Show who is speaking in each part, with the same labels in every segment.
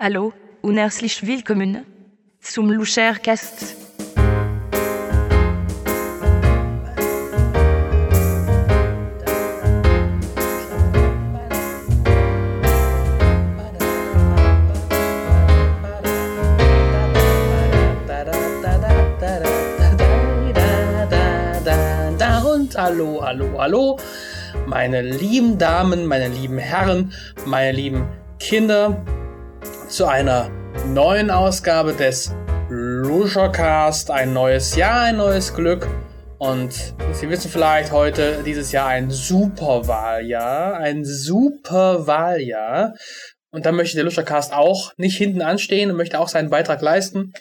Speaker 1: Hallo und herzlich willkommen zum Lucher Cast.
Speaker 2: Und hallo, hallo, hallo, meine lieben Damen, meine lieben Herren, meine lieben Kinder zu einer neuen Ausgabe des Luschercast. Ein neues Jahr, ein neues Glück. Und Sie wissen vielleicht heute dieses Jahr ein Superwahljahr, ein Superwahljahr. Und da möchte der Luschercast auch nicht hinten anstehen und möchte auch seinen Beitrag leisten,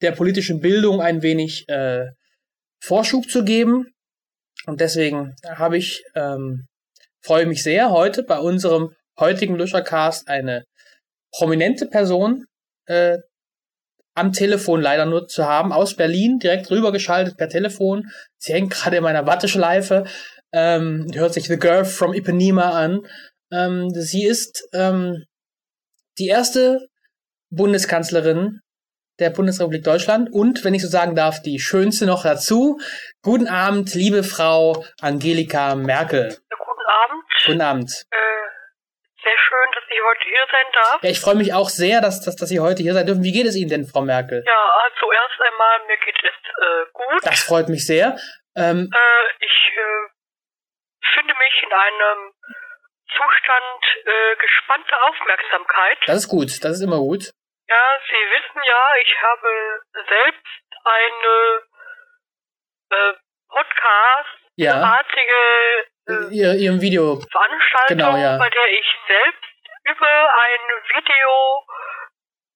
Speaker 2: der politischen Bildung ein wenig äh, Vorschub zu geben. Und deswegen habe ich, ähm, freue mich sehr, heute bei unserem heutigen Luschercast eine prominente Person äh, am Telefon leider nur zu haben, aus Berlin, direkt rübergeschaltet per Telefon. Sie hängt gerade in meiner Watteschleife, ähm, hört sich The Girl from Ipanema an. Ähm, sie ist ähm, die erste Bundeskanzlerin der Bundesrepublik Deutschland und, wenn ich so sagen darf, die schönste noch dazu. Guten Abend, liebe Frau Angelika Merkel.
Speaker 3: Guten Abend.
Speaker 2: Guten Abend.
Speaker 3: Äh, sehr schön, dass ich heute hier sein darf.
Speaker 2: Ja, ich freue mich auch sehr, dass, dass, dass Sie heute hier sein dürfen. Wie geht es Ihnen denn, Frau Merkel?
Speaker 3: Ja, also erst einmal, mir geht es äh, gut.
Speaker 2: Das freut mich sehr. Ähm,
Speaker 3: Äh, ich äh, finde mich in einem Zustand äh, gespannter Aufmerksamkeit.
Speaker 2: das ist gut, das ist immer gut.
Speaker 3: Ja, Sie wissen ja, ich habe selbst eine äh,
Speaker 2: Ah. Ja,
Speaker 3: Podcast-artige äh,
Speaker 2: Ihr, Ihrem Video.
Speaker 3: Veranstaltung,
Speaker 2: Genau, ja.
Speaker 3: bei der ich selbst über ein Video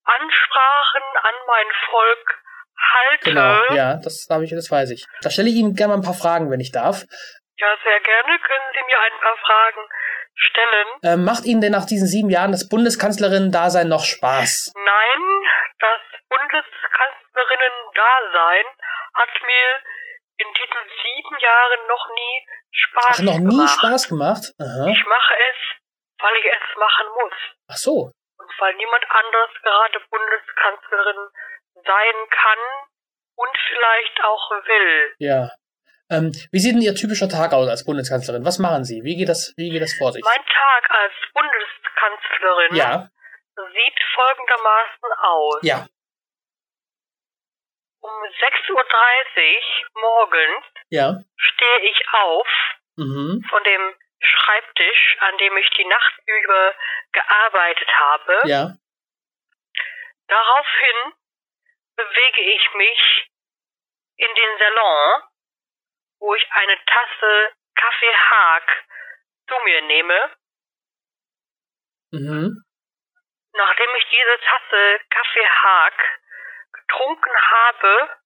Speaker 3: Ansprachen an mein Volk halte.
Speaker 2: Genau, ja, das habe ich, das weiß ich. Da stelle ich Ihnen gerne mal ein paar Fragen, wenn ich darf.
Speaker 3: Ja, sehr gerne können Sie mir ein paar Fragen stellen.
Speaker 2: Ähm, macht Ihnen denn nach diesen sieben Jahren das Bundeskanzlerin-Dasein noch Spaß?
Speaker 3: Nein, das Bundeskanzlerinnen-Dasein hat mir in diesen sieben Jahren noch nie Spaß
Speaker 2: Hat noch nie
Speaker 3: gemacht.
Speaker 2: Spaß ne? gemacht? Aha.
Speaker 3: Ich mache es, weil ich es machen muss
Speaker 2: Ach so.
Speaker 3: und weil niemand anders gerade Bundeskanzlerin sein kann und vielleicht auch will.
Speaker 2: Ja. Ähm, wie sieht denn Ihr typischer Tag aus als Bundeskanzlerin? Was machen Sie? Wie geht das, wie geht das vor sich?
Speaker 3: Mein Tag als Bundeskanzlerin
Speaker 2: ja,
Speaker 3: sieht folgendermaßen aus.
Speaker 2: ja,
Speaker 3: Um 6.30 Uhr morgens
Speaker 2: ja.
Speaker 3: stehe ich auf
Speaker 2: Mhm.
Speaker 3: von dem Schreibtisch, an dem ich die Nacht über gearbeitet habe.
Speaker 2: Ja.
Speaker 3: Daraufhin bewege ich mich in den Salon, wo ich eine Tasse Kaffee Haag zu mir nehme.
Speaker 2: Mhm.
Speaker 3: Nachdem ich diese Tasse Kaffee Haag getrunken habe,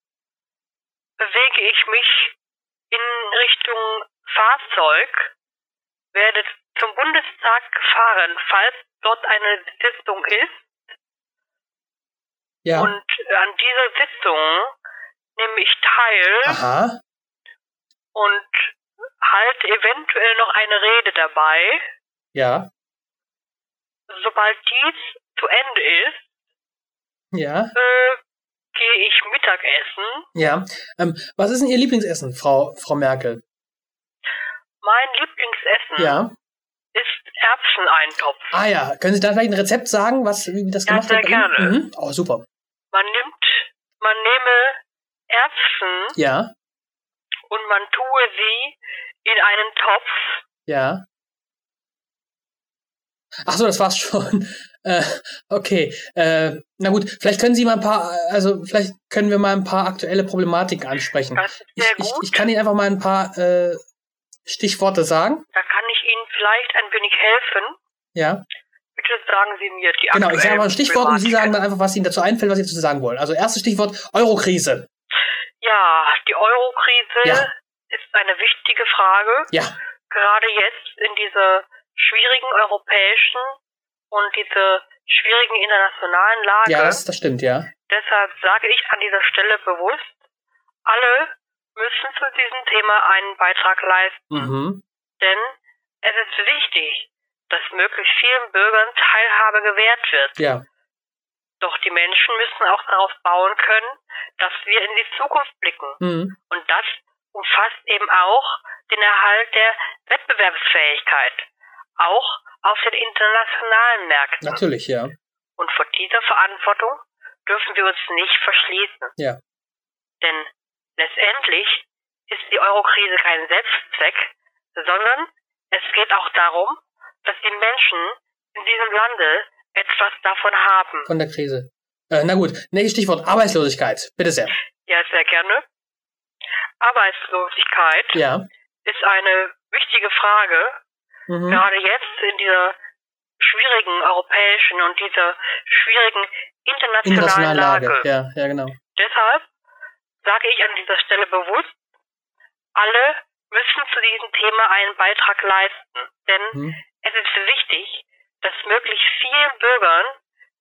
Speaker 3: bewege ich mich in Richtung Fahrzeug, werde zum Bundestag gefahren, falls dort eine Sitzung ist.
Speaker 2: Ja.
Speaker 3: Und ne? äh, an dieser Sitzung nehme ich teil
Speaker 2: Aha.
Speaker 3: und halte eventuell noch eine Rede dabei.
Speaker 2: Ja.
Speaker 3: Sobald dies zu Ende ist,
Speaker 2: Ja.
Speaker 3: äh, gehe ich Mittagessen.
Speaker 2: Ja. Ähm, was ist denn Ihr Lieblingsessen, Frau, Frau Merkel?
Speaker 3: Mein Lieblingsessen
Speaker 2: Ja.
Speaker 3: ist Erbseneintopf.
Speaker 2: Ah ja. Können Sie da vielleicht ein Rezept sagen, was, wie das
Speaker 3: Ja,
Speaker 2: gemacht
Speaker 3: sehr
Speaker 2: wird? bei Ihnen?
Speaker 3: gerne.
Speaker 2: Mhm. Oh, super.
Speaker 3: Man nimmt, man nehme Erbsen
Speaker 2: Ja.
Speaker 3: und man tue sie in einen Topf.
Speaker 2: Ja. Ach so, das war's schon. Äh, okay. Äh, na gut, vielleicht können Sie mal ein paar, also vielleicht können wir mal ein paar aktuelle Problematiken ansprechen.
Speaker 3: Das ist
Speaker 2: Ich,
Speaker 3: sehr
Speaker 2: ich,
Speaker 3: gut.
Speaker 2: ich kann Ihnen einfach mal ein paar äh, Stichworte sagen.
Speaker 3: da kann ich Ihnen vielleicht ein wenig helfen.
Speaker 2: Ja.
Speaker 3: Bitte sagen Sie mir die
Speaker 2: Genau, ich sage
Speaker 3: aktuellen
Speaker 2: mal ein Stichwort und Sie
Speaker 3: Problematiken.
Speaker 2: sagen dann einfach, was Ihnen dazu einfällt, was Sie dazu sagen wollen. Also erstes Stichwort Eurokrise.
Speaker 3: Ja, die Euro-Krise
Speaker 2: Ja.
Speaker 3: ist eine wichtige Frage,
Speaker 2: Ja,
Speaker 3: gerade jetzt in dieser schwierigen europäischen und dieser schwierigen internationalen Lage.
Speaker 2: ja, das, das stimmt, ja.
Speaker 3: Deshalb sage ich an dieser Stelle bewusst, alle müssen zu diesem Thema einen Beitrag leisten,
Speaker 2: Mhm.
Speaker 3: denn es ist wichtig, dass möglichst vielen Bürgern Teilhabe gewährt wird.
Speaker 2: Ja,
Speaker 3: Doch die menschen müssen auch darauf bauen können, dass wir in die Zukunft blicken.
Speaker 2: Mhm.
Speaker 3: Und das umfasst eben auch den Erhalt der Wettbewerbsfähigkeit, auch auf den internationalen Märkten.
Speaker 2: Natürlich, ja.
Speaker 3: Und vor dieser Verantwortung dürfen wir uns nicht verschließen.
Speaker 2: Ja.
Speaker 3: Denn letztendlich ist die Eurokrise kein Selbstzweck, sondern es geht auch darum, dass die Menschen in diesem Lande etwas davon haben.
Speaker 2: Von der Krise. Äh, na gut, nächstes Stichwort Arbeitslosigkeit. Bitte sehr.
Speaker 3: Ja, sehr gerne. Arbeitslosigkeit
Speaker 2: Ja.
Speaker 3: ist eine wichtige Frage,
Speaker 2: Mhm.
Speaker 3: gerade jetzt in dieser schwierigen europäischen und dieser schwierigen internationalen,
Speaker 2: Internationale
Speaker 3: Lage.
Speaker 2: Lage. Ja, ja, genau.
Speaker 3: Deshalb sage ich an dieser Stelle bewusst, alle müssen zu diesem Thema einen Beitrag leisten, denn
Speaker 2: Mhm.
Speaker 3: es ist wichtig, dass möglichst vielen Bürgern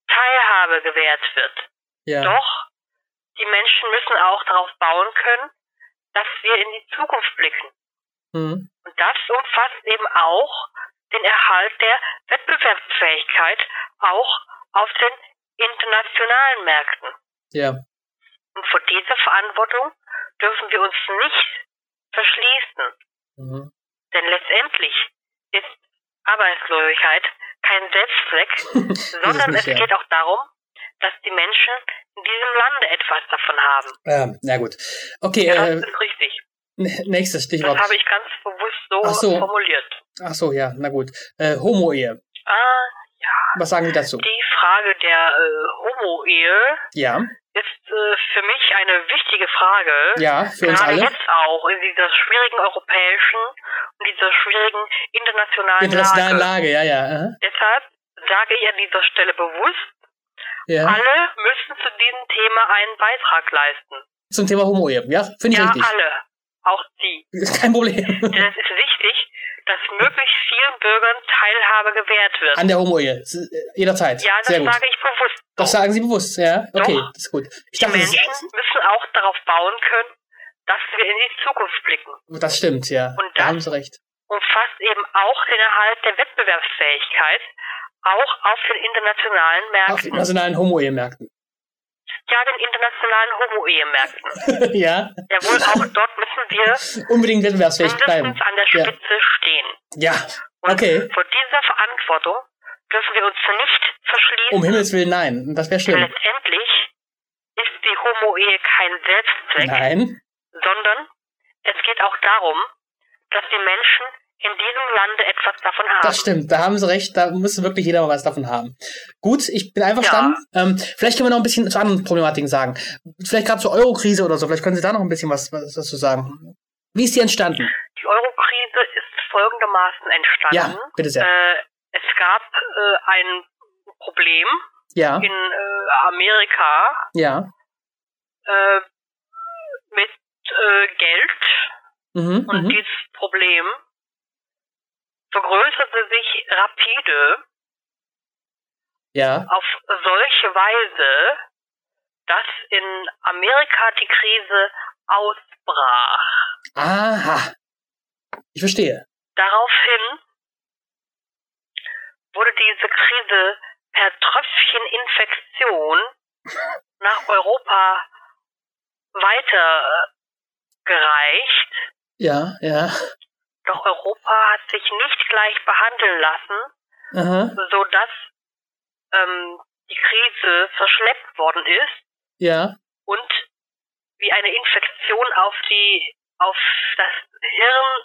Speaker 3: Teilhabe gewährt wird.
Speaker 2: Ja.
Speaker 3: Doch die Menschen müssen auch darauf bauen können, dass wir in die Zukunft blicken.
Speaker 2: Mhm.
Speaker 3: Und das umfasst eben auch den Erhalt der Wettbewerbsfähigkeit auch auf den internationalen Märkten.
Speaker 2: Ja.
Speaker 3: Und vor dieser Verantwortung dürfen wir uns nicht verschließen.
Speaker 2: Mhm.
Speaker 3: Denn letztendlich ist Arbeitslosigkeit kein Selbstzweck, sondern
Speaker 2: nicht,
Speaker 3: es
Speaker 2: ja.
Speaker 3: geht auch darum, dass die Menschen in diesem Lande etwas davon haben.
Speaker 2: Ähm, na gut. Okay,
Speaker 3: Ja,
Speaker 2: äh,
Speaker 3: das ist richtig.
Speaker 2: n- nächstes
Speaker 3: Das
Speaker 2: Stichwort.
Speaker 3: habe ich ganz bewusst so,
Speaker 2: Ach so.
Speaker 3: formuliert.
Speaker 2: Ach so, ja, na gut. Äh, Homo-Ehe.
Speaker 3: Ah,
Speaker 2: Was sagen Sie dazu?
Speaker 3: die Frage der äh, Homo-Ehe
Speaker 2: Ja,
Speaker 3: ist äh, für mich eine wichtige Frage.
Speaker 2: ja, für uns
Speaker 3: Gerade
Speaker 2: alle.
Speaker 3: jetzt auch in dieser schwierigen europäischen und dieser schwierigen internationalen
Speaker 2: Internationale Lage,
Speaker 3: Lage.
Speaker 2: ja, ja. aha,
Speaker 3: Deshalb sage ich an dieser Stelle bewusst,
Speaker 2: ja.
Speaker 3: alle müssen zu diesem Thema einen Beitrag leisten.
Speaker 2: Zum Thema Homo-Ehe. Ja, finde ich
Speaker 3: ja,
Speaker 2: richtig. Mhm.
Speaker 3: alle. Auch sie.
Speaker 2: Ist kein Problem.
Speaker 3: Denn es ist wichtig, dass möglichst vielen Bürgern Teilhabe gewährt wird.
Speaker 2: An der Homo-Ehe. S- äh, Jederzeit.
Speaker 3: ja, das
Speaker 2: Sehr gut.
Speaker 3: sage ich bewusst.
Speaker 2: Das sagen Sie bewusst, ja? Okay,
Speaker 3: Doch.
Speaker 2: das ist gut. Ich
Speaker 3: Die
Speaker 2: dachte, das,
Speaker 3: Menschen müssen auch darauf bauen können, dass wir in die Zukunft blicken.
Speaker 2: das stimmt, ja.
Speaker 3: Und
Speaker 2: da
Speaker 3: das-
Speaker 2: haben Sie recht.
Speaker 3: umfasst eben auch den Erhalt der Wettbewerbsfähigkeit, auch auf den internationalen
Speaker 2: Auf
Speaker 3: Märkten,
Speaker 2: internationalen Homo-Ehemärkten.
Speaker 3: ja den internationalen Homo-Ehemärkten.
Speaker 2: ja,
Speaker 3: Jawohl, auch dort müssen wir
Speaker 2: unbedingt wettbewerbsfähig bleiben.
Speaker 3: mindestens an der
Speaker 2: Ja.
Speaker 3: Spitze stehen.
Speaker 2: Ja,
Speaker 3: Und
Speaker 2: okay.
Speaker 3: vor dieser Verantwortung dürfen wir uns nicht verschließen.
Speaker 2: Um Himmels Willen, nein. Das wäre
Speaker 3: Denn
Speaker 2: schlimm.
Speaker 3: letztendlich ist die Homo-Ehe kein Selbstzweck,
Speaker 2: Nein.
Speaker 3: sondern es geht auch darum, dass die Menschen in diesem Lande etwas davon haben.
Speaker 2: Das stimmt, da haben sie recht, da muss wirklich jeder mal was davon haben. Gut, ich bin einverstanden. Ähm, vielleicht können wir noch ein bisschen zu anderen Problematiken sagen. Vielleicht gerade zur Euro-Krise oder so, vielleicht können Sie da noch ein bisschen was, was dazu sagen. Wie ist die entstanden?
Speaker 3: Die Eurokrise ist folgendermaßen entstanden.
Speaker 2: Ja, bitte sehr.
Speaker 3: Äh, es gab äh, ein Problem
Speaker 2: Ja,
Speaker 3: in äh, Amerika
Speaker 2: ja.
Speaker 3: äh, mit äh, Geld
Speaker 2: Mhm,
Speaker 3: und
Speaker 2: mhm.
Speaker 3: dieses Problem vergrößerte sich rapide
Speaker 2: Ja,
Speaker 3: auf solche Weise, dass in Amerika die Krise ausbrach.
Speaker 2: aha. Ich verstehe.
Speaker 3: Daraufhin wurde diese Krise per Tröpfcheninfektion nach Europa weitergereicht.
Speaker 2: Ja, ja.
Speaker 3: Doch Europa hat sich nicht gleich behandeln lassen,
Speaker 2: Aha.
Speaker 3: sodass ähm, die Krise verschleppt worden ist
Speaker 2: Ja,
Speaker 3: und wie eine Infektion auf die auf das Hirn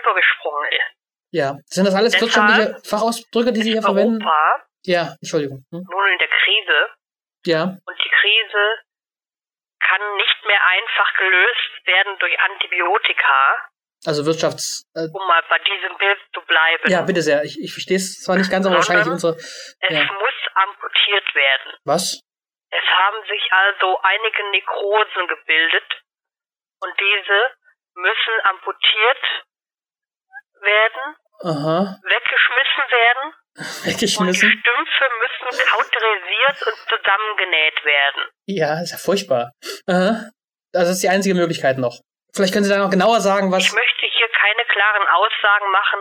Speaker 3: übergesprungen ist.
Speaker 2: ja. Sind das alles
Speaker 3: Deshalb
Speaker 2: wirtschaftliche Fachausdrücke, die Sie hier verwenden?
Speaker 3: Europa
Speaker 2: Ja, Entschuldigung. Hm?
Speaker 3: nun in der Krise
Speaker 2: Ja,
Speaker 3: Und die Krise kann nicht mehr einfach gelöst werden durch Antibiotika,
Speaker 2: also Wirtschafts... Äh,
Speaker 3: um mal bei diesem Bild zu bleiben.
Speaker 2: ja, bitte sehr. Ich, ich verstehe es zwar nicht ganz, aber wahrscheinlich unsere...
Speaker 3: es
Speaker 2: ja.
Speaker 3: muss amputiert werden.
Speaker 2: Was?
Speaker 3: Es haben sich also einige Nekrosen gebildet und diese müssen amputiert werden,
Speaker 2: Aha.
Speaker 3: weggeschmissen werden und die
Speaker 2: Weggeschmissen?
Speaker 3: Stümpfe müssen kauterisiert und zusammengenäht werden.
Speaker 2: Ja, ist ja furchtbar. Aha. Also das ist die einzige Möglichkeit noch. Vielleicht können Sie da noch genauer sagen,
Speaker 3: Ich
Speaker 2: was.
Speaker 3: möchte hier keine klaren Aussagen machen,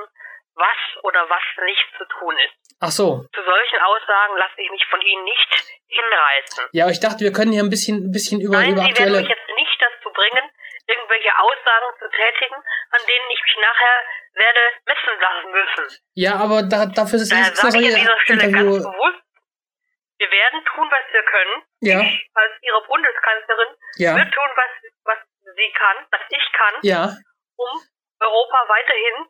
Speaker 3: was oder was nicht zu tun ist.
Speaker 2: Ach so,
Speaker 3: Zu solchen Aussagen lasse ich mich von Ihnen nicht hinreißen.
Speaker 2: Ja, aber ich dachte, wir können hier ein bisschen, ein bisschen über,
Speaker 3: Nein,
Speaker 2: über
Speaker 3: Sie werden
Speaker 2: aktuelle.
Speaker 3: mich jetzt nicht dazu bringen, irgendwelche Aussagen zu tätigen, an denen ich mich nachher werde messen lassen müssen.
Speaker 2: Ja, aber da, dafür ist
Speaker 3: Daher
Speaker 2: es
Speaker 3: sage ich an dieser Stelle
Speaker 2: Interview.
Speaker 3: ganz bewusst, wir werden tun, was wir können.
Speaker 2: Ja,
Speaker 3: Ich als Ihre Bundeskanzlerin
Speaker 2: ja,
Speaker 3: wird tun, was, was sie kann, was ich kann,
Speaker 2: ja.
Speaker 3: um Europa weiterhin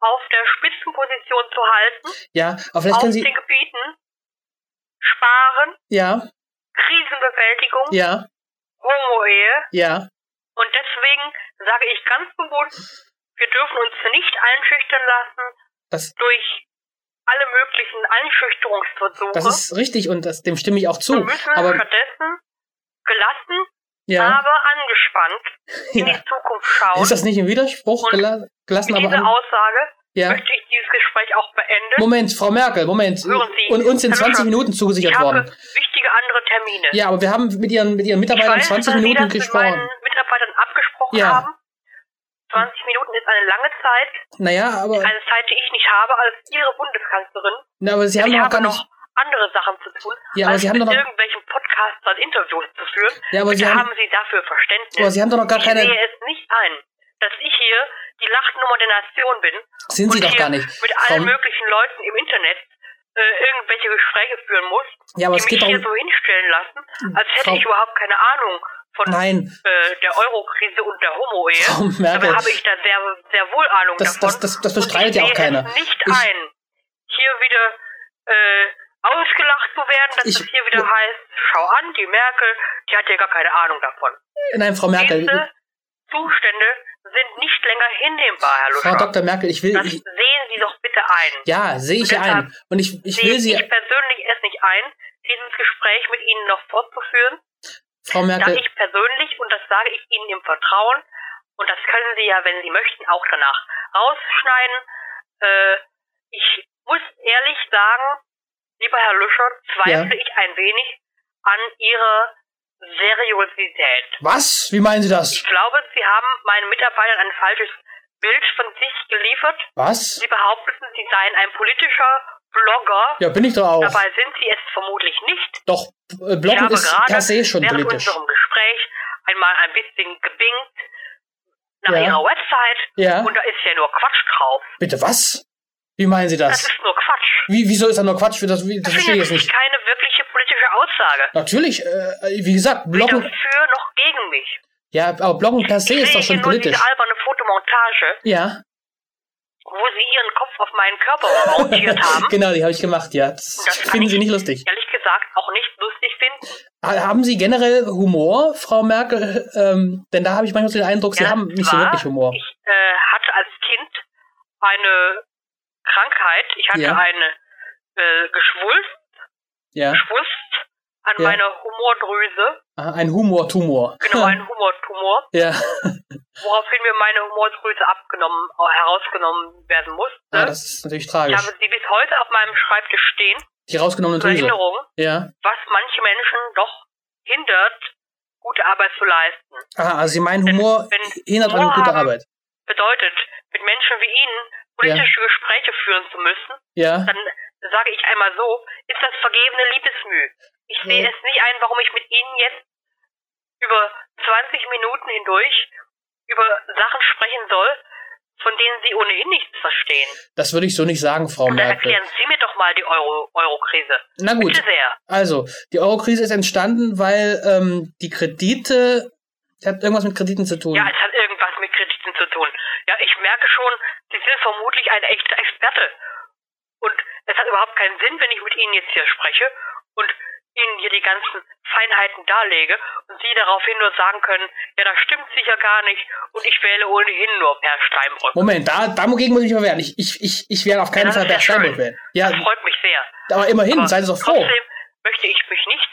Speaker 3: auf der Spitzenposition zu halten,
Speaker 2: Ja, aber vielleicht
Speaker 3: auf
Speaker 2: können Sie.
Speaker 3: den Gebieten Sparen,
Speaker 2: Ja,
Speaker 3: Krisenbewältigung,
Speaker 2: ja,
Speaker 3: Homo-Ehe.
Speaker 2: ja.
Speaker 3: Und deswegen sage ich ganz bewusst, wir dürfen uns nicht einschüchtern lassen
Speaker 2: Das,
Speaker 3: durch alle möglichen Einschüchterungsversuche.
Speaker 2: das ist richtig und das, dem stimme ich auch
Speaker 3: wir
Speaker 2: zu.
Speaker 3: müssen
Speaker 2: Aber
Speaker 3: stattdessen gelassen,
Speaker 2: ja,
Speaker 3: aber angespannt in
Speaker 2: ja.
Speaker 3: die Zukunft schauen.
Speaker 2: ist das nicht ein Widerspruch?
Speaker 3: Und
Speaker 2: Gela- Gelassen
Speaker 3: Mit
Speaker 2: aber
Speaker 3: dieser
Speaker 2: an.
Speaker 3: Aussage
Speaker 2: Ja.
Speaker 3: möchte ich dieses Gespräch auch beenden.
Speaker 2: Moment, Frau Merkel, Moment.
Speaker 3: Hören Sie,
Speaker 2: Und uns sind
Speaker 3: Herr
Speaker 2: 20
Speaker 3: Bischof,
Speaker 2: Minuten
Speaker 3: ich
Speaker 2: zugesichert
Speaker 3: habe
Speaker 2: worden.
Speaker 3: wichtige andere Termine.
Speaker 2: Ja, aber wir haben mit Ihren, mit ihren
Speaker 3: ich
Speaker 2: Mitarbeitern
Speaker 3: weiß,
Speaker 2: 20
Speaker 3: dass
Speaker 2: Minuten
Speaker 3: Sie das mit meinen
Speaker 2: gesprochen.
Speaker 3: Mitarbeitern abgesprochen
Speaker 2: Ja.
Speaker 3: haben. 20 Minuten ist eine lange Zeit,
Speaker 2: Naja, aber,
Speaker 3: eine Zeit, die ich nicht habe als Ihre Bundeskanzlerin.
Speaker 2: na, aber Sie haben
Speaker 3: ich
Speaker 2: doch auch
Speaker 3: habe
Speaker 2: gar
Speaker 3: noch
Speaker 2: nicht.
Speaker 3: andere Sachen zu tun,
Speaker 2: Ja, aber
Speaker 3: als
Speaker 2: Sie haben doch
Speaker 3: mit
Speaker 2: noch-
Speaker 3: irgendwelchen Podcasts und Interviews zu führen.
Speaker 2: Ja, aber
Speaker 3: Bitte
Speaker 2: Sie haben,
Speaker 3: haben Sie dafür Verständnis.
Speaker 2: aber Sie haben doch noch gar
Speaker 3: ich sehe
Speaker 2: keine.
Speaker 3: es nicht ein, dass ich hier die Lachnummer der Nation bin
Speaker 2: Sind Sie
Speaker 3: und
Speaker 2: doch
Speaker 3: hier
Speaker 2: gar nicht.
Speaker 3: mit
Speaker 2: Frau-
Speaker 3: allen möglichen Leuten im Internet äh, irgendwelche Gespräche führen muss,
Speaker 2: Ja, aber
Speaker 3: die
Speaker 2: es geht
Speaker 3: mich hier
Speaker 2: doch.
Speaker 3: so hinstellen lassen, als hätte
Speaker 2: Frau-
Speaker 3: ich überhaupt keine Ahnung von
Speaker 2: Nein,
Speaker 3: äh, der Euro-Krise und der
Speaker 2: Frau
Speaker 3: Homo-Ehe.
Speaker 2: Merkel.
Speaker 3: Dabei habe ich da sehr, sehr wohl Ahnung
Speaker 2: Das,
Speaker 3: davon.
Speaker 2: das, das, das
Speaker 3: Und
Speaker 2: bestreitet ja
Speaker 3: ich
Speaker 2: auch
Speaker 3: sehe
Speaker 2: keiner.
Speaker 3: Es nicht
Speaker 2: Ich-
Speaker 3: ein, hier wieder äh, ausgelacht zu werden, dass
Speaker 2: Ich-
Speaker 3: es hier wieder heißt, schau an, die Merkel, die hat ja gar keine Ahnung davon.
Speaker 2: Nein, Frau Merkel.
Speaker 3: Diese Zustände sind nicht länger hinnehmbar, Herr
Speaker 2: Frau
Speaker 3: Luscher.
Speaker 2: Dr. Merkel, ich will.
Speaker 3: Das
Speaker 2: Ich,
Speaker 3: sehen Sie doch bitte ein.
Speaker 2: ja, sehe ich ja
Speaker 3: Deshalb
Speaker 2: ein. Und ich, ich
Speaker 3: Sehe
Speaker 2: will Sie,
Speaker 3: ich persönlich es nicht ein, dieses Gespräch mit Ihnen noch fortzuführen,
Speaker 2: Frau
Speaker 3: da
Speaker 2: Merkel.
Speaker 3: ich persönlich, und das sage ich Ihnen im Vertrauen, und das können Sie ja, wenn Sie möchten, auch danach rausschneiden. Äh, ich muss ehrlich sagen, lieber Herr Lüscher, zweifle ich ein wenig an Ihrer Seriosität.
Speaker 2: Was? Wie meinen Sie
Speaker 3: Ich
Speaker 2: das?
Speaker 3: glaube, Sie haben meinen Mitarbeitern ein falsches Bild von sich geliefert.
Speaker 2: Was?
Speaker 3: Sie behaupteten, Sie seien ein politischer Blogger.
Speaker 2: Ja, bin ich doch auch.
Speaker 3: Dabei sind Sie es vermutlich nicht.
Speaker 2: Doch, äh,
Speaker 3: ich
Speaker 2: Blocken
Speaker 3: habe
Speaker 2: ist
Speaker 3: gerade
Speaker 2: per se schon
Speaker 3: während
Speaker 2: politisch.
Speaker 3: unserem Gespräch einmal ein bisschen gebingt nach
Speaker 2: Ja.
Speaker 3: Ihrer Website
Speaker 2: Ja,
Speaker 3: und da ist ja nur Quatsch drauf.
Speaker 2: bitte was? Wie meinen Sie
Speaker 3: Das
Speaker 2: das?
Speaker 3: ist nur Quatsch.
Speaker 2: Wie, wieso ist da nur Quatsch? Wie- Das, wie, das
Speaker 3: Das
Speaker 2: verstehe
Speaker 3: finde
Speaker 2: ich
Speaker 3: ich
Speaker 2: jetzt nicht.
Speaker 3: keine wirkliche politische Aussage.
Speaker 2: Natürlich, äh, wie gesagt,
Speaker 3: Weder
Speaker 2: Blocken,
Speaker 3: für noch gegen mich.
Speaker 2: ja, aber Blocken per se
Speaker 3: ich
Speaker 2: ist
Speaker 3: sehe
Speaker 2: doch schon
Speaker 3: hier nur
Speaker 2: politisch.
Speaker 3: diese alberne Fotomontage,
Speaker 2: Ja,
Speaker 3: wo Sie Ihren Kopf auf meinen Körper montiert haben.
Speaker 2: genau, die habe ich gemacht, ja. Das
Speaker 3: Das kann
Speaker 2: finden Sie
Speaker 3: ich-
Speaker 2: nicht lustig.
Speaker 3: ehrlich gesagt auch nicht lustig finden.
Speaker 2: Ha- Haben Sie generell Humor, Frau Merkel? Ähm, denn da habe ich manchmal so den Eindruck, Sie
Speaker 3: Ja,
Speaker 2: haben nicht so
Speaker 3: war-
Speaker 2: wirklich Humor.
Speaker 3: Ich äh, hatte als Kind eine Krankheit. Ich hatte
Speaker 2: Ja.
Speaker 3: eine äh, Geschwulst,
Speaker 2: Ja,
Speaker 3: Geschwulst an
Speaker 2: Ja.
Speaker 3: meiner Humordrüse.
Speaker 2: Aha, ein Humor-Tumor.
Speaker 3: Genau, ein Ne? Humortumor,
Speaker 2: ja,
Speaker 3: woraufhin mir meine Humordrüse abgenommen, äh, herausgenommen werden musste.
Speaker 2: ah, das ist natürlich
Speaker 3: ich
Speaker 2: tragisch.
Speaker 3: habe sie bis heute auf meinem Schreibtisch stehen,
Speaker 2: Die rausgenommene
Speaker 3: zur
Speaker 2: Drüse.
Speaker 3: Erinnerung,
Speaker 2: Ja.
Speaker 3: was manche Menschen doch hindert, gute Arbeit zu leisten.
Speaker 2: Aha, also Sie meinen Humor
Speaker 3: wenn
Speaker 2: hindert an
Speaker 3: Humor
Speaker 2: gute
Speaker 3: haben-
Speaker 2: Arbeit.
Speaker 3: Bedeutet, mit Menschen wie Ihnen politische Gespräche führen zu müssen,
Speaker 2: Ja.
Speaker 3: dann sage ich einmal so, ist das vergebene Liebesmüh. Ich sehe
Speaker 2: Ja.
Speaker 3: es nicht ein, warum ich mit Ihnen jetzt über 20 Minuten hindurch über Sachen sprechen soll, von denen Sie ohnehin nichts verstehen.
Speaker 2: Das würde ich so nicht sagen, Frau
Speaker 3: Und dann
Speaker 2: Merkel.
Speaker 3: erklären Sie mir doch mal die Euro- Euro-Krise.
Speaker 2: Na gut,
Speaker 3: Bitte sehr.
Speaker 2: also die Euro-Krise ist entstanden, weil ähm, die Kredite, das hat irgendwas mit Krediten zu tun.
Speaker 3: Ja, also- es hat irgendwas mit Krediten zu tun. Ja, ich merke schon, Sie sind vermutlich ein echter Experte. Und es hat überhaupt keinen Sinn, wenn ich mit Ihnen jetzt hier spreche und Ihnen hier die ganzen Feinheiten darlege und Sie daraufhin nur sagen können, ja, das stimmt sicher gar nicht und ich wähle ohnehin nur per Steinbrück.
Speaker 2: Moment, da, dagegen muss ich mich verwehren. Ich, ich, ich, ich werde auf keinen
Speaker 3: Ja, das
Speaker 2: Fall
Speaker 3: ist ja
Speaker 2: Bert Steinbrück
Speaker 3: schön.
Speaker 2: wählen.
Speaker 3: Das
Speaker 2: Ja,
Speaker 3: freut mich sehr.
Speaker 2: aber immerhin,
Speaker 3: Aber
Speaker 2: seien Sie doch froh.
Speaker 3: Trotzdem möchte ich mich nicht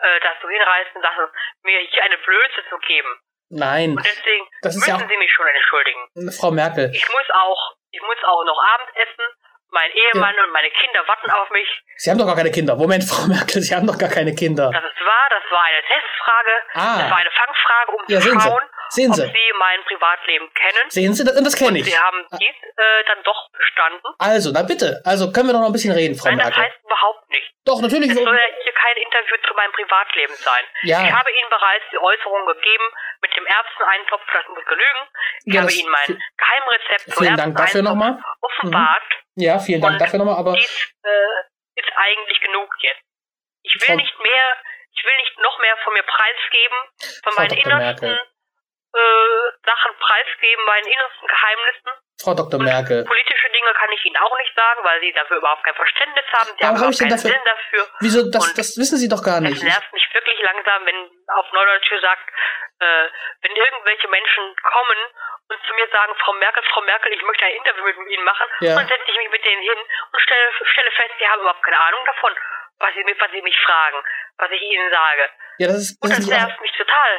Speaker 3: äh, dazu hinreißen lassen, mir hier eine Blöße zu geben.
Speaker 2: Nein,
Speaker 3: Und deswegen
Speaker 2: Das ist
Speaker 3: müssen
Speaker 2: ja auch-
Speaker 3: Sie mich schon entschuldigen.
Speaker 2: Frau Merkel.
Speaker 3: ich muss auch, ich muss auch noch Abend essen. Mein Ehemann und meine Kinder warten auf mich.
Speaker 2: Sie haben doch gar keine Kinder. Moment, Frau Merkel, Sie haben doch gar keine Kinder.
Speaker 3: Das ist wahr, das war eine Testfrage,
Speaker 2: Ah.
Speaker 3: das war eine Fangfrage, um
Speaker 2: Ja,
Speaker 3: zu
Speaker 2: sehen Sie.
Speaker 3: schauen,
Speaker 2: Sehen Sie.
Speaker 3: ob Sie mein Privatleben kennen.
Speaker 2: Sehen Sie, Ah. das, das kenne ich.
Speaker 3: Sie haben dies äh, dann doch bestanden.
Speaker 2: Also, na bitte. Also können wir doch noch ein bisschen reden, Frau
Speaker 3: Nein, das
Speaker 2: Merkel.
Speaker 3: heißt überhaupt nicht.
Speaker 2: Doch, natürlich.
Speaker 3: Es soll ja hier kein Interview zu meinem Privatleben sein.
Speaker 2: Ja.
Speaker 3: Ich habe Ihnen bereits die Äußerung gegeben, mit dem Erbseneintopf, das muss gelügen. Ich
Speaker 2: Ja,
Speaker 3: habe
Speaker 2: das-
Speaker 3: Ihnen mein Geheimrezept zum
Speaker 2: Vielen Dank dafür
Speaker 3: Erbseneintopf
Speaker 2: nochmal. Mhm.
Speaker 3: offenbart.
Speaker 2: Ja, vielen Dank
Speaker 3: Und
Speaker 2: dafür nochmal, aber
Speaker 3: Dies äh, ist eigentlich genug jetzt. Ich will
Speaker 2: Frau-
Speaker 3: nicht mehr, ich will nicht noch mehr von mir preisgeben, von
Speaker 2: Frau
Speaker 3: meinen
Speaker 2: Dr.
Speaker 3: innersten
Speaker 2: Merkel.
Speaker 3: äh, Sachen preisgeben, meinen innersten Geheimnissen.
Speaker 2: Frau Dr. Merkel,
Speaker 3: Politische Dinge kann ich Ihnen auch nicht sagen, weil Sie dafür überhaupt kein Verständnis haben. Sie
Speaker 2: Warum
Speaker 3: haben
Speaker 2: habe ich
Speaker 3: überhaupt
Speaker 2: denn
Speaker 3: keinen
Speaker 2: dafür-
Speaker 3: Sinn dafür.
Speaker 2: wieso, das,
Speaker 3: Und-
Speaker 2: das wissen Sie doch gar
Speaker 3: Es
Speaker 2: nicht.
Speaker 3: nervt mich wirklich langsam, wenn auf Neudeutsch gesagt, äh, wenn irgendwelche Menschen kommen und zu mir sagen, Frau Merkel, Frau Merkel, ich möchte ein Interview mit Ihnen machen,
Speaker 2: Ja.
Speaker 3: dann setze ich mich mit denen hin und stelle, stelle fest, sie haben überhaupt keine Ahnung davon, was sie, was sie mich fragen, was ich ihnen sage.
Speaker 2: Ja, das ist,
Speaker 3: Und
Speaker 2: ist
Speaker 3: das
Speaker 2: das nicht auch,
Speaker 3: nervt mich total.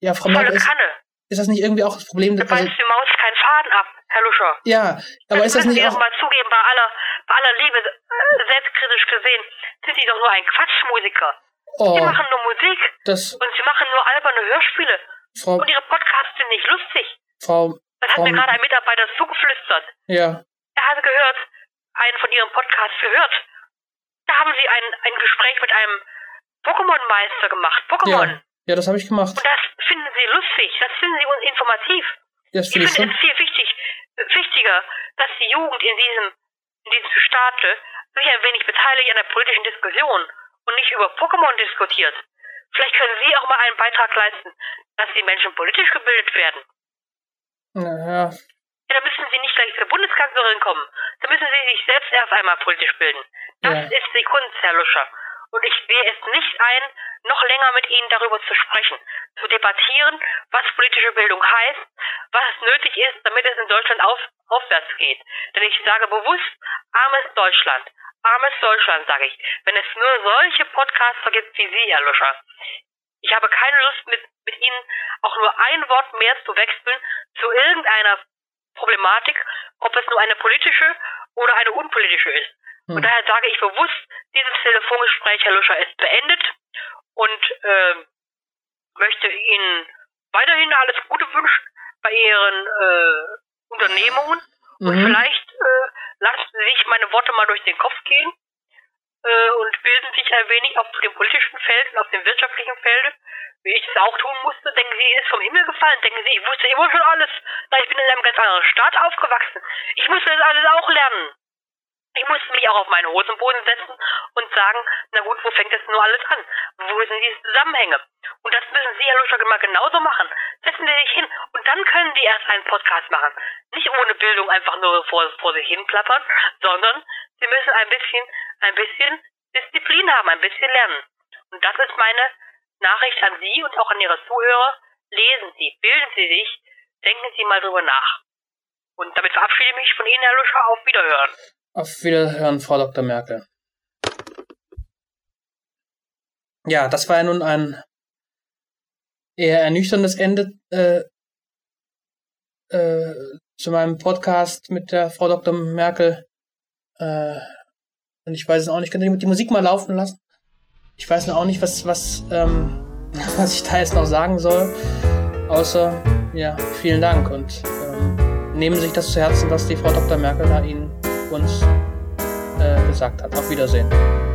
Speaker 2: ja, Frau
Speaker 3: Volle
Speaker 2: Merkel, ist,
Speaker 3: Kanne.
Speaker 2: ist das nicht irgendwie auch das Problem,
Speaker 3: Da
Speaker 2: dass, also,
Speaker 3: beißt die Maus keinen Faden ab, Herr Luscher.
Speaker 2: ja, aber ist das
Speaker 3: müssen
Speaker 2: nicht
Speaker 3: Sie
Speaker 2: auch,
Speaker 3: doch mal zugeben, bei aller, bei aller Liebe, äh, selbstkritisch gesehen, sind Sie doch nur ein Quatschmusiker. Sie
Speaker 2: oh,
Speaker 3: machen nur Musik.
Speaker 2: das,
Speaker 3: Und sie machen nur alberne Hörspiele.
Speaker 2: Frau,
Speaker 3: Und ihre Podcasts sind nicht lustig.
Speaker 2: Frau,
Speaker 3: Das hat
Speaker 2: Frau,
Speaker 3: mir gerade ein Mitarbeiter zugeflüstert.
Speaker 2: ja,
Speaker 3: Er hatte gehört, einen von ihren Podcasts gehört. Da haben sie ein, ein Gespräch mit einem Pokémon-Meister gemacht. Pokémon.
Speaker 2: ja, ja, das habe ich gemacht.
Speaker 3: Und das finden sie lustig. Das finden sie un- informativ.
Speaker 2: Das
Speaker 3: Ich
Speaker 2: finde ich schon.
Speaker 3: finde es viel wichtig, wichtiger, dass die Jugend in diesem, in diesem Staate sich ein wenig beteiligt an der politischen Diskussion und nicht über Pokémon diskutiert. Vielleicht können Sie auch mal einen Beitrag leisten, dass die Menschen politisch gebildet werden.
Speaker 2: Ja,
Speaker 3: Ja, da müssen Sie nicht gleich zur Bundeskanzlerin kommen. Da müssen Sie sich selbst erst einmal politisch bilden. Das
Speaker 2: Ja.
Speaker 3: ist die Kunst, Herr Luscher. Und ich sehe es nicht ein, noch länger mit Ihnen darüber zu sprechen, zu debattieren, was politische Bildung heißt, was nötig ist, damit es in Deutschland auf, aufwärts geht. Denn ich sage bewusst, armes Deutschland, armes Deutschland, sage ich, wenn es nur solche Podcaster gibt wie Sie, Herr Luscher. Ich habe keine Lust, mit, mit Ihnen auch nur ein Wort mehr zu wechseln zu irgendeiner Problematik, ob es nur eine politische oder eine unpolitische ist. Und
Speaker 2: Hm.
Speaker 3: daher sage ich bewusst, dieses Telefongespräch, Herr Luscher, ist beendet und ähm, möchte Ihnen weiterhin alles Gute wünschen bei Ihren äh, Unternehmungen. Und
Speaker 2: Mhm.
Speaker 3: vielleicht äh, lassen Sie sich meine Worte mal durch den Kopf gehen äh, und bilden sich ein wenig auf dem politischen Feld und auf dem wirtschaftlichen Feld, wie ich es auch tun musste. Denken Sie, es ist vom Himmel gefallen. Denken Sie, ich wusste immer schon alles. Na, ich bin in einem ganz anderen Staat aufgewachsen. Ich musste das alles auch lernen. Ich musste mich auch auf meinen Hosenboden setzen und sagen, na gut, wo fängt das nur alles an? Wo sind diese Zusammenhänge? Und das müssen Sie, Herr Luscher, mal genauso machen. Setzen Sie sich hin und dann können Sie erst einen Podcast machen. Nicht ohne Bildung einfach nur vor, vor sich hin plappern, sondern Sie müssen ein bisschen, ein bisschen Disziplin haben, ein bisschen lernen. Und das ist meine Nachricht an Sie und auch an Ihre Zuhörer. Lesen Sie, bilden Sie sich, denken Sie mal drüber nach. Und damit verabschiede ich mich von Ihnen, Herr Luscher, auf Wiederhören.
Speaker 2: Auf Wiederhören, Frau Dr. Merkel. Ja, das war ja nun ein eher ernüchterndes Ende äh, äh, zu meinem Podcast mit der Frau Dr. Merkel. Äh, und ich weiß es auch nicht, könnte ich die Musik mal laufen lassen? Ich weiß noch auch nicht, was, was, ähm, was ich da jetzt noch sagen soll. Außer, ja, vielen Dank und ähm, nehmen Sie sich das zu Herzen, was die Frau Dr. Merkel da Ihnen uns äh, gesagt hat. Auf Wiedersehen.